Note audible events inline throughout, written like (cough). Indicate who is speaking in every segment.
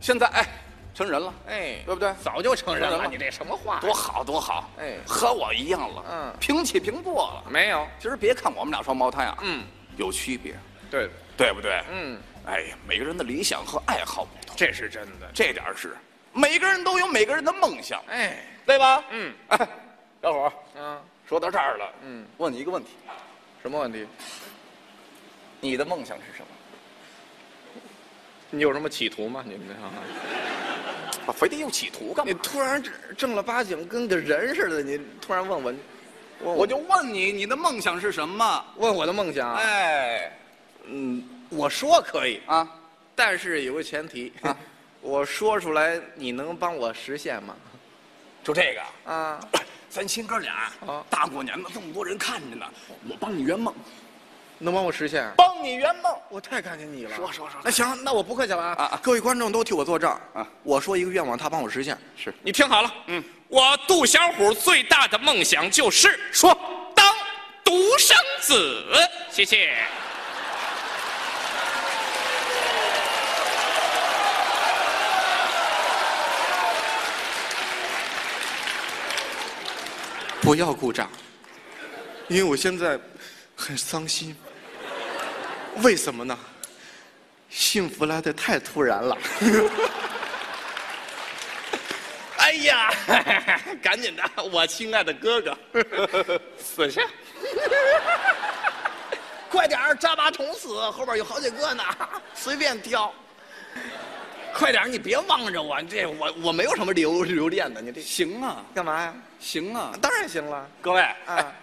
Speaker 1: 现在哎，成人了，
Speaker 2: 哎
Speaker 1: 对不对？
Speaker 2: 早就承认
Speaker 1: 承认
Speaker 2: 了，
Speaker 1: 了
Speaker 2: 你这什么话？
Speaker 1: 多好多好，
Speaker 2: 哎
Speaker 1: 和我一样了，
Speaker 2: 嗯
Speaker 1: 平起平坐了。
Speaker 2: 没有，
Speaker 1: 其实别看我们俩双胞胎啊，
Speaker 2: 嗯，
Speaker 1: 有区别，
Speaker 2: 对，
Speaker 1: 对不对？
Speaker 2: 嗯，
Speaker 1: 哎呀，每个人的理想和爱好不同，
Speaker 2: 这是真的。
Speaker 1: 这点儿是每个人都有每个人的梦想，
Speaker 2: 哎，
Speaker 1: 对吧？
Speaker 2: 嗯
Speaker 1: 哎，小伙儿
Speaker 2: 嗯，
Speaker 1: 说到这儿了，
Speaker 2: 嗯，
Speaker 1: 问你一个问题，
Speaker 2: 什么问题？
Speaker 1: 你的梦想是什么？
Speaker 2: 你有什么企图吗？你们这啊，
Speaker 1: 啊非得有企图干嘛
Speaker 2: 你？突然正正儿八经跟个人似的，你突然问我，我
Speaker 1: 我就问你，你的梦想是什么？
Speaker 2: 问我的梦想，
Speaker 1: 哎，
Speaker 2: 嗯，我说可以，
Speaker 1: 啊，
Speaker 2: 但是有个前提，
Speaker 1: 啊
Speaker 2: (laughs) 我说出来，你能帮我实现吗？
Speaker 1: 就这个。
Speaker 2: 啊，
Speaker 1: 咱亲哥俩
Speaker 3: 哦
Speaker 2: 啊，
Speaker 1: 大过年的，这么多人看着呢，我帮你圆梦，
Speaker 2: 能帮我实现？啊
Speaker 1: 帮你圆梦。
Speaker 2: 我太感谢你了。
Speaker 1: 说说说
Speaker 2: 那行，那我不客气了啊！
Speaker 1: 啊啊
Speaker 2: 各位观众都替我作证
Speaker 1: 啊
Speaker 2: 我说一个愿望，他帮我实现。
Speaker 1: 是
Speaker 2: 你听好了，
Speaker 1: 嗯，
Speaker 3: 我杜小虎最大的梦想就是
Speaker 1: 说，
Speaker 3: 当独生子。谢谢。
Speaker 2: 不要鼓掌，因为我现在很伤心。为什么呢？幸福来的太突然了。
Speaker 3: 哎呀， (laughs) 赶紧的，我亲爱的
Speaker 2: (laughs)
Speaker 3: 哥哥，死去！
Speaker 2: 快点儿，扎马桶死，后边有好几个呢，随便挑。快点儿，你别望着我，这我我没有什么留留恋的，你这
Speaker 1: 行啊，
Speaker 2: 干嘛呀？
Speaker 1: 行啊，
Speaker 2: 当然行了，
Speaker 1: 各位，
Speaker 2: 啊
Speaker 1: 哎，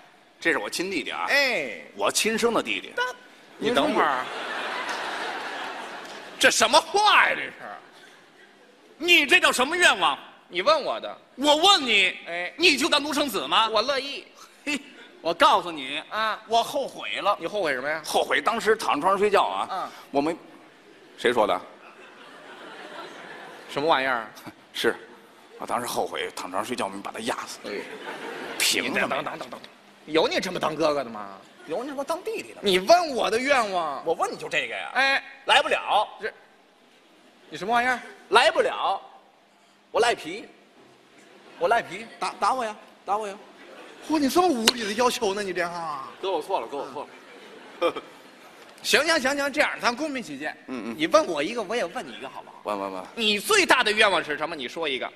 Speaker 1: 这是我亲弟弟啊，
Speaker 2: 哎，
Speaker 1: 我亲生的弟弟。
Speaker 2: 那
Speaker 1: 你等会儿，
Speaker 2: 啊
Speaker 3: 这什么话呀？这是，你这叫什么愿望？
Speaker 2: 你问我的，
Speaker 3: 我问你，
Speaker 2: 哎
Speaker 3: 你就当独生子吗？
Speaker 2: 我乐意
Speaker 3: 嘿，我告诉你，
Speaker 2: 啊。
Speaker 3: 我后悔了。
Speaker 2: 你后悔什么呀？
Speaker 1: 后悔当时躺床上睡觉啊。
Speaker 2: 嗯
Speaker 1: 我没，谁说的？
Speaker 2: 什么玩意儿？
Speaker 1: 是，我当时后悔躺床上睡觉，我们把他压死。
Speaker 2: 哎
Speaker 1: 凭
Speaker 2: 你
Speaker 1: 什
Speaker 2: 等
Speaker 1: 么
Speaker 2: 哎等
Speaker 1: 呀？
Speaker 2: 等等等，有你这么当哥哥的吗？
Speaker 1: 有你他妈当弟弟的吗？
Speaker 2: 你问我的愿望，
Speaker 1: 我问你就这个呀？
Speaker 2: 哎，
Speaker 1: 来不了，
Speaker 2: 这，你什么玩意儿？
Speaker 1: 来不了，我赖皮，我赖皮，打打我呀，打我呀！
Speaker 2: 嚯，你这么无理的要求呢？你这哈？
Speaker 1: 哥，我错了，哥，我错了。
Speaker 2: 行行行行，这样咱公平起见，
Speaker 1: 嗯嗯
Speaker 2: 你问我一个，我也问你一个，好不好？
Speaker 1: 完完完，
Speaker 3: 你最大的愿望是什么？你说一个。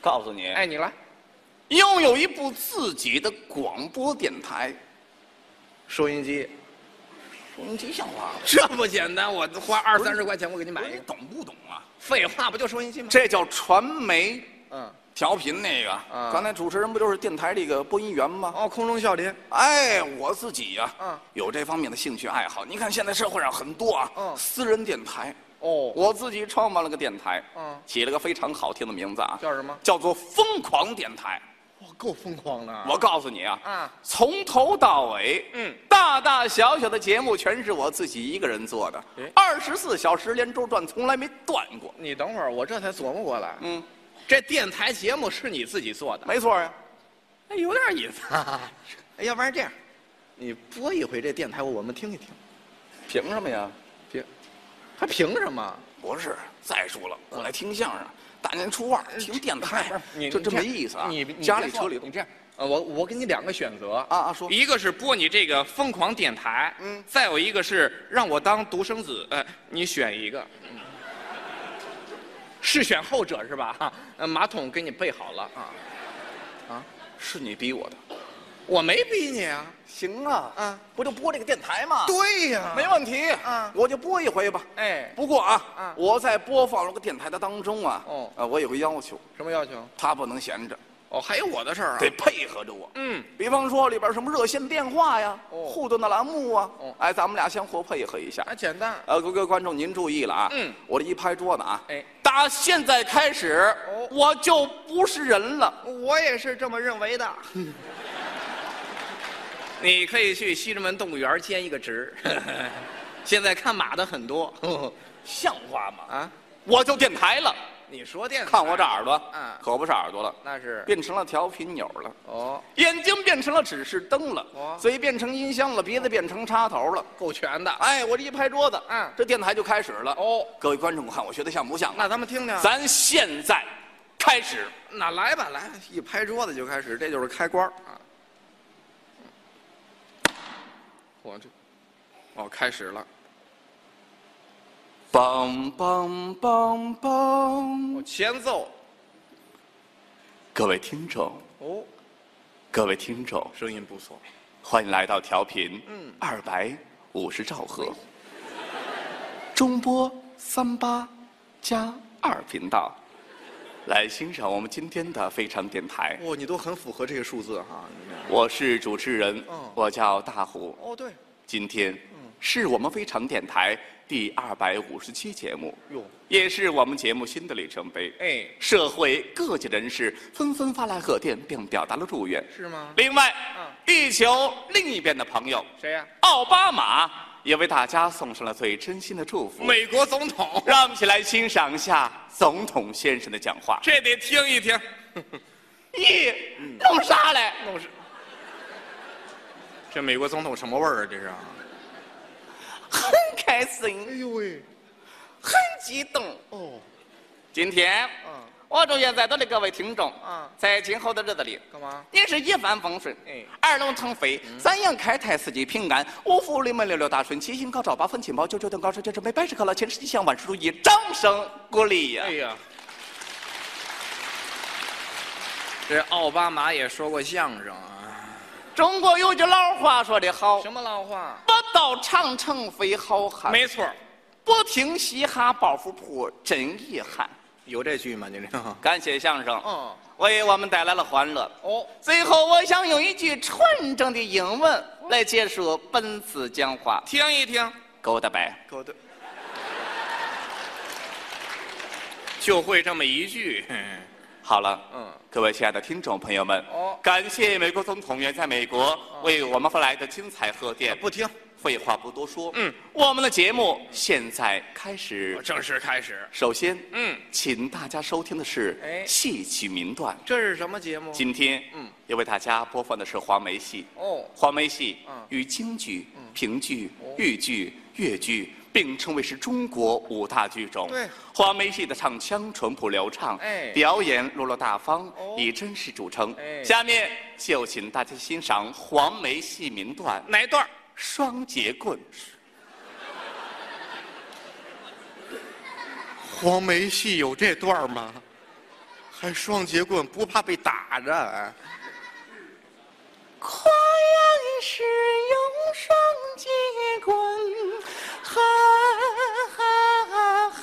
Speaker 1: 告诉你，
Speaker 2: 哎，你来
Speaker 1: 拥有一部自己的广播电台，
Speaker 2: 收音机，
Speaker 1: 收音机像话吗？
Speaker 2: 这不简单，我花二三十块钱我给你
Speaker 1: 不
Speaker 2: 买
Speaker 1: 是
Speaker 2: 一
Speaker 1: 你
Speaker 2: 个。
Speaker 1: 懂不懂啊？
Speaker 2: 废话，不就收音机吗？
Speaker 1: 这叫传媒
Speaker 2: 嗯，
Speaker 1: 调频那个。
Speaker 2: 嗯
Speaker 1: 刚才主持人不就是电台这个播音员吗？
Speaker 2: 哦，空中笑林，
Speaker 1: 哎，我自己呀、
Speaker 2: 嗯
Speaker 1: 有这方面的兴趣爱好。你看现在社会上很多啊，
Speaker 2: 嗯
Speaker 1: 私人电台，
Speaker 2: 哦，
Speaker 1: 我自己创办了个电台，
Speaker 2: 嗯
Speaker 1: 起了个非常好听的名字啊，
Speaker 2: 叫什么
Speaker 1: 叫做疯狂电台。
Speaker 2: 哇，够疯狂的。
Speaker 1: 我告诉你啊，
Speaker 2: 嗯
Speaker 1: 从头到尾，
Speaker 2: 嗯，
Speaker 1: 大大小小的节目全是我自己一个人做的
Speaker 2: 诶，
Speaker 1: 二十四小时连轴转，从来没断过。
Speaker 2: 你等会儿，我这才琢磨过来，
Speaker 1: 嗯，
Speaker 2: 这电台节目是你自己做的，
Speaker 1: 没错呀、
Speaker 2: 哎，有点意思。哎，要不然这样，你播一回这电台，我们听一听。
Speaker 1: 凭什么呀？
Speaker 2: 凭，还凭什么？
Speaker 1: 不是，再说了，
Speaker 2: 嗯
Speaker 1: 我来听相声，大年初二听电台，这这没意思啊。
Speaker 2: 你你
Speaker 1: 家里
Speaker 2: 别说
Speaker 1: 车里
Speaker 2: 你这样，呃，我我给你两个选择
Speaker 1: 啊啊说，
Speaker 3: 一个是播你这个疯狂电台，
Speaker 1: 嗯
Speaker 3: 再有一个是让我当独生子，呃，你选一个，嗯
Speaker 2: 是选后者是吧？哈、呃马桶给你备好了啊，
Speaker 1: 是你逼我的。
Speaker 2: 我没逼你啊。
Speaker 1: 行啊，
Speaker 2: 啊，
Speaker 1: 不就播这个电台吗？
Speaker 2: 对呀、
Speaker 1: 没问题。
Speaker 2: 啊
Speaker 1: 我就播一回吧。
Speaker 2: 哎，
Speaker 1: 不过啊
Speaker 2: 啊，
Speaker 1: 我在播放这个电台的当中啊，
Speaker 2: 哦
Speaker 1: 呃，我有个要求，
Speaker 2: 什么要求？
Speaker 1: 他不能闲着，
Speaker 2: 哦，还有我的事儿啊。
Speaker 1: 得配合着我。
Speaker 3: 嗯，
Speaker 1: 比方说里边什么热线电话呀、
Speaker 2: 哦
Speaker 1: 互动的栏目啊
Speaker 2: 哦，
Speaker 1: 哎，咱们俩相互配合一下。
Speaker 2: 啊，简单。
Speaker 1: 呃，各位观众您注意了啊，
Speaker 3: 嗯，
Speaker 1: 我这一拍桌子啊，
Speaker 2: 哎，
Speaker 1: 打现在开始
Speaker 2: 哦
Speaker 1: 我就不是人了。
Speaker 2: 我也是这么认为的。
Speaker 3: (laughs) 你可以去西直门动物园兼一个 (laughs) 职，现在看马的很多， (laughs)
Speaker 1: 像话吗？
Speaker 2: 啊，
Speaker 1: 我就电台了，
Speaker 2: 你说电子
Speaker 1: 看我这耳朵，
Speaker 2: 嗯
Speaker 1: 可不是耳朵了，
Speaker 2: 那是
Speaker 1: 变成了调频钮了。
Speaker 2: 哦，
Speaker 1: 眼睛变成了指示灯了
Speaker 2: 哦，
Speaker 1: 嘴变成音箱了，鼻子变成插头了。
Speaker 2: 够全的。
Speaker 1: 哎，我这一拍桌子，
Speaker 2: 嗯
Speaker 1: 这电台就开始了。
Speaker 2: 哦，
Speaker 1: 各位观众，我看我学的像不像啊？
Speaker 2: 那咱们听听，
Speaker 1: 咱现在开始，
Speaker 2: 那来吧，来吧，一拍桌子就开始，这就是开关儿啊。
Speaker 4: 我这，哦，开始了。
Speaker 1: 梆梆梆梆。
Speaker 2: 我哦前奏
Speaker 1: 各位听众，
Speaker 2: 哦，
Speaker 1: 各位听众，
Speaker 4: 声音不错，
Speaker 1: 欢迎来到调频，
Speaker 4: 嗯
Speaker 1: 二百五十兆赫，中波三八加二频道，来欣赏我们今天的非常电台。
Speaker 4: 哦，你都很符合这个数字哈、你们
Speaker 1: 我是主持人
Speaker 4: 嗯，
Speaker 1: 我叫大虎。
Speaker 4: 哦，嗯对，
Speaker 1: 今天是我们非常电台第二百五十期节目，
Speaker 4: 哟，
Speaker 1: 也是我们节目新的里程碑。
Speaker 2: 哎，
Speaker 1: 社会各界人士纷纷发来贺电，并表达了祝愿。
Speaker 2: 是吗？
Speaker 1: 另外
Speaker 2: 嗯，
Speaker 1: 地球另一边的朋友
Speaker 2: 谁呀、
Speaker 1: 奥巴马也为大家送上了最真心的祝福。
Speaker 2: 美国总统，
Speaker 1: 让我们一起来欣赏一下总统先生的讲话。
Speaker 2: (laughs) 这得听一听。
Speaker 1: 咦，弄啥嘞？
Speaker 2: 弄是，这美国总统什么味儿啊？这是啊？
Speaker 1: 很开心，
Speaker 4: 哎呦喂，
Speaker 1: 很激动。
Speaker 4: 哦，
Speaker 1: 今天，
Speaker 2: 嗯
Speaker 1: 我祝愿在座的各位听众，
Speaker 2: 嗯
Speaker 1: 在今后的日子里，
Speaker 2: 干嘛？
Speaker 1: 您是一帆风顺，
Speaker 2: 哎嗯
Speaker 1: 二龙腾飞，三阳开泰，四季平安，五福临门，六六大顺，七星高照，八分金宝，九九等高寿，九十每百事可乐，千事吉祥，万事如意，掌声鼓励呀、
Speaker 2: 哎呀，这奥巴马也说过相声啊。
Speaker 1: 中国有句老话说得好，
Speaker 2: 什么老话？
Speaker 1: 不到长城非好汉，
Speaker 2: 嗯没错儿，
Speaker 1: 不听嘻哈包袱铺真遗憾。
Speaker 4: 有这句吗？你这个
Speaker 1: 感谢相声，
Speaker 2: 嗯，
Speaker 1: 为我们带来了欢乐。
Speaker 2: 哦，
Speaker 1: 最后，我想用一句纯正的英文来结束本次讲话。
Speaker 2: 听一听，
Speaker 1: Goodbye。
Speaker 4: 狗的，
Speaker 2: 就会这么一句。 (laughs)
Speaker 1: 好了，
Speaker 2: 嗯
Speaker 1: 各位亲爱的听众朋友们，
Speaker 2: 哦
Speaker 1: 感谢美国总统远在美国为我们发来的精彩贺
Speaker 2: 啊
Speaker 1: 电。
Speaker 4: 不听，
Speaker 1: 废话不多说，嗯，我们的节目现在开始。
Speaker 2: 正式开始，
Speaker 1: 首先，
Speaker 2: 嗯，
Speaker 1: 请大家收听的是
Speaker 2: 哎哦
Speaker 1: 戏曲名段。
Speaker 2: 这是什么节目？
Speaker 1: 今天，嗯，要为大家播放的是黄梅戏。
Speaker 2: 哦
Speaker 1: 黄梅戏
Speaker 2: 嗯哦
Speaker 1: 与京剧、评剧、豫剧、越剧并称为是中国五大剧种。
Speaker 2: 对
Speaker 1: 黄梅戏的唱腔淳朴流畅，
Speaker 2: 哎
Speaker 1: 表演落落大方，
Speaker 2: 哦
Speaker 1: 以真实著称。
Speaker 2: 哎
Speaker 1: 下面就请大家欣赏黄梅戏名段《
Speaker 2: 哪段儿？
Speaker 1: 双截棍》。
Speaker 4: 黄梅戏有这段儿吗？还双截棍，不怕被打着？哎
Speaker 1: 夸样是用双截棍，哈哈哈哈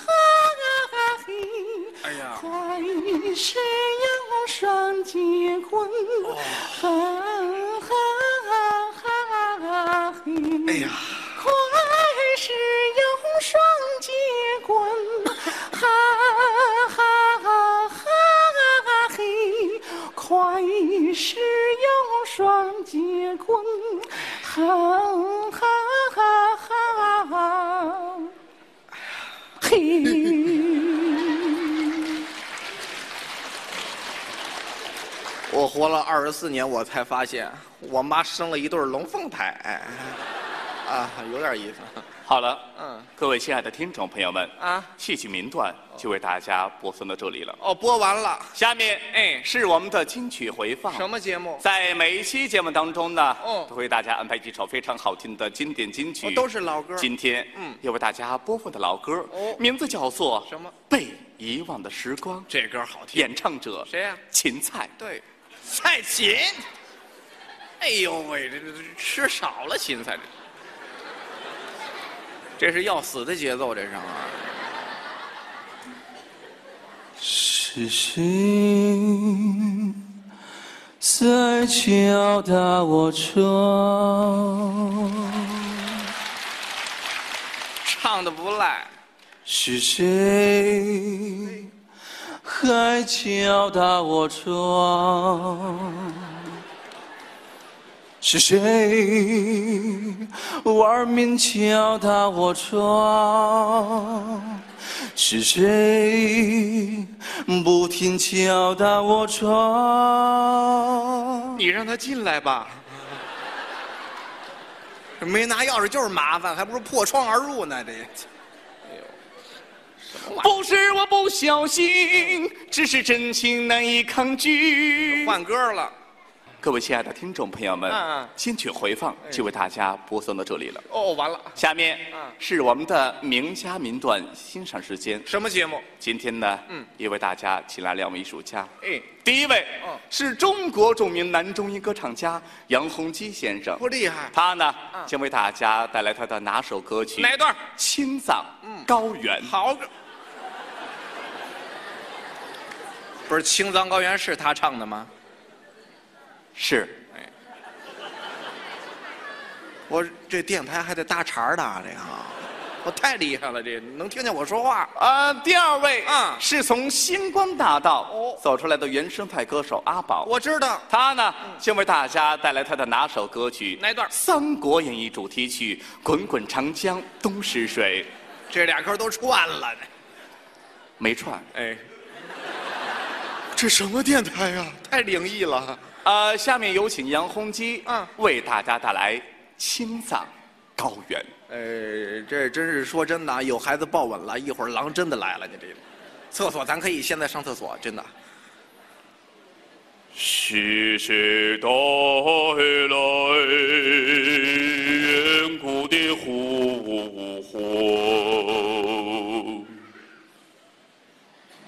Speaker 1: 嘿！
Speaker 2: 哎呀
Speaker 1: 夸一是用双截棍，哈哈哈哈嘿！哎
Speaker 4: 呀，
Speaker 1: 快是用双截棍，哈哈哈哈嘿！快是用双截棍，哈哈哈哈嘿！
Speaker 2: 我活了二十四年，我才发现我妈生了一对儿龙凤胎，哎啊，有点意思。
Speaker 1: 好了，
Speaker 2: 嗯，
Speaker 1: 各位亲爱的听众朋友们，
Speaker 2: 啊，
Speaker 1: 戏曲名段就为大家播送到这里了。
Speaker 2: 哦，播完了，
Speaker 1: 下面，
Speaker 2: 哎
Speaker 1: 是我们的金曲回放。
Speaker 2: 什么节目？
Speaker 1: 在每一期节目当中呢，
Speaker 2: 哦
Speaker 1: 都为大家安排几首非常好听的经典金曲，
Speaker 2: 哦都是老歌
Speaker 1: 今天，
Speaker 2: 嗯
Speaker 1: 要为大家播放的老歌，
Speaker 2: 哦
Speaker 1: 名字叫做
Speaker 2: 什么？
Speaker 1: 被遗忘的时光，
Speaker 2: 这歌好听。
Speaker 1: 演唱者
Speaker 2: 谁啊呀
Speaker 1: 芹菜。
Speaker 2: 对，蔡琴。哎呦喂，这这这吃少了芹菜，这这是要死的节奏，这是啊。
Speaker 5: 是谁在敲打我窗？
Speaker 2: 唱的不赖，
Speaker 5: 是
Speaker 3: 哎
Speaker 5: 谁还敲打我窗？是谁玩命敲打我窗？是谁不停敲打我窗。
Speaker 6: 你让他进来吧。
Speaker 2: 没拿钥匙就是麻烦，还不如破窗而入呢。这
Speaker 1: 不是我不小心，只是真情难以抗拒。
Speaker 2: 换歌了，
Speaker 1: 各位亲爱的听众朋友们
Speaker 2: 嗯，
Speaker 1: 金曲回放就为大家播送到这里了。
Speaker 2: 哦，完了，
Speaker 1: 下面
Speaker 2: 嗯
Speaker 1: 是我们的名家名段欣赏时间。
Speaker 2: 什么节目？
Speaker 1: 今天呢，
Speaker 2: 嗯
Speaker 1: 也为大家请来两位艺术家。
Speaker 2: 哎，
Speaker 1: 第一位是中国著名男中音歌唱家杨洪基先生，
Speaker 2: 不厉害，
Speaker 1: 他呢将为大家带来他的拿手歌曲
Speaker 2: 嗯哪段？嗯
Speaker 1: 《青藏高原》。
Speaker 2: 好歌。不是《青藏高原》是他唱的吗？
Speaker 1: 是
Speaker 2: 我这电台还得搭茬儿呢，这个啊，我太厉害了，这能听见我说话。
Speaker 1: 呃，第二位
Speaker 2: 嗯
Speaker 1: 是从星光大道
Speaker 2: 哦
Speaker 1: 走出来的原生态歌手阿宝。
Speaker 2: 我知道，
Speaker 1: 他呢，将为大家带来他的拿手歌曲，
Speaker 2: 哪段
Speaker 1: 《三国演义》主题曲《滚滚长江东逝水》，
Speaker 2: 这俩歌都串了。
Speaker 1: 没串。
Speaker 2: 哎，
Speaker 6: 这什么电台呀、
Speaker 2: 啊
Speaker 6: 太灵异了！
Speaker 1: 呃，下面有请杨洪基，
Speaker 2: 嗯
Speaker 1: 为大家带来《青藏高原》。
Speaker 2: 呃，这真是说真的啊，有孩子抱稳了，一会儿狼真的来了，你这个厕所咱可以现在上厕所，真的。
Speaker 7: 世世代来，远古的呼唤。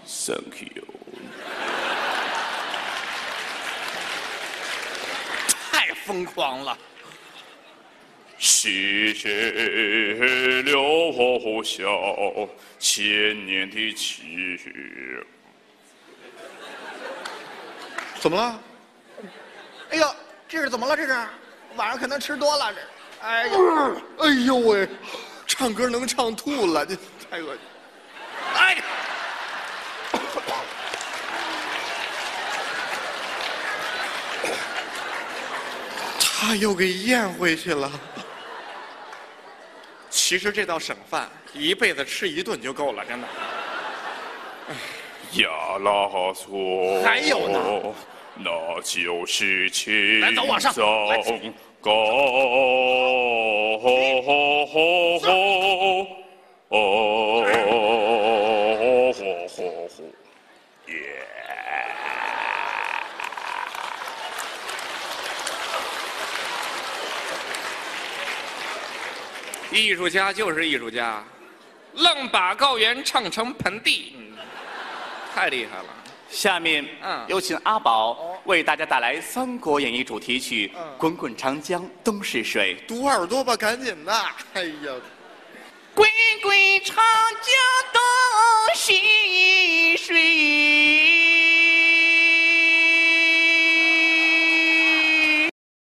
Speaker 7: Thank you。
Speaker 2: (laughs) 太疯狂了，
Speaker 7: 细水流下千年的奇遇。
Speaker 6: 怎么了？
Speaker 2: 哎呦，这是怎么了？这是晚上可能吃多了，这哎呦，
Speaker 6: 哎呦喂，唱歌能唱吐了，这太恶心。
Speaker 2: 哎呀，
Speaker 6: 他又给咽回去了。其实这道省饭一辈子吃一顿就够了，真的。
Speaker 7: 亚拉索，
Speaker 2: 还有呢，
Speaker 7: 那就是青
Speaker 2: 来走往上
Speaker 7: 藏
Speaker 2: 来
Speaker 7: 高
Speaker 8: 艺术家就是艺术家，愣把高原唱成盆地，
Speaker 6: 嗯
Speaker 8: 太厉害了。
Speaker 1: 下面，
Speaker 8: 嗯
Speaker 1: 有请阿宝为大家带来《三国演义》主题曲《滚滚长江东逝水》。
Speaker 6: 堵耳朵吧，赶紧的！哎呀，
Speaker 3: 滚滚长江东逝水，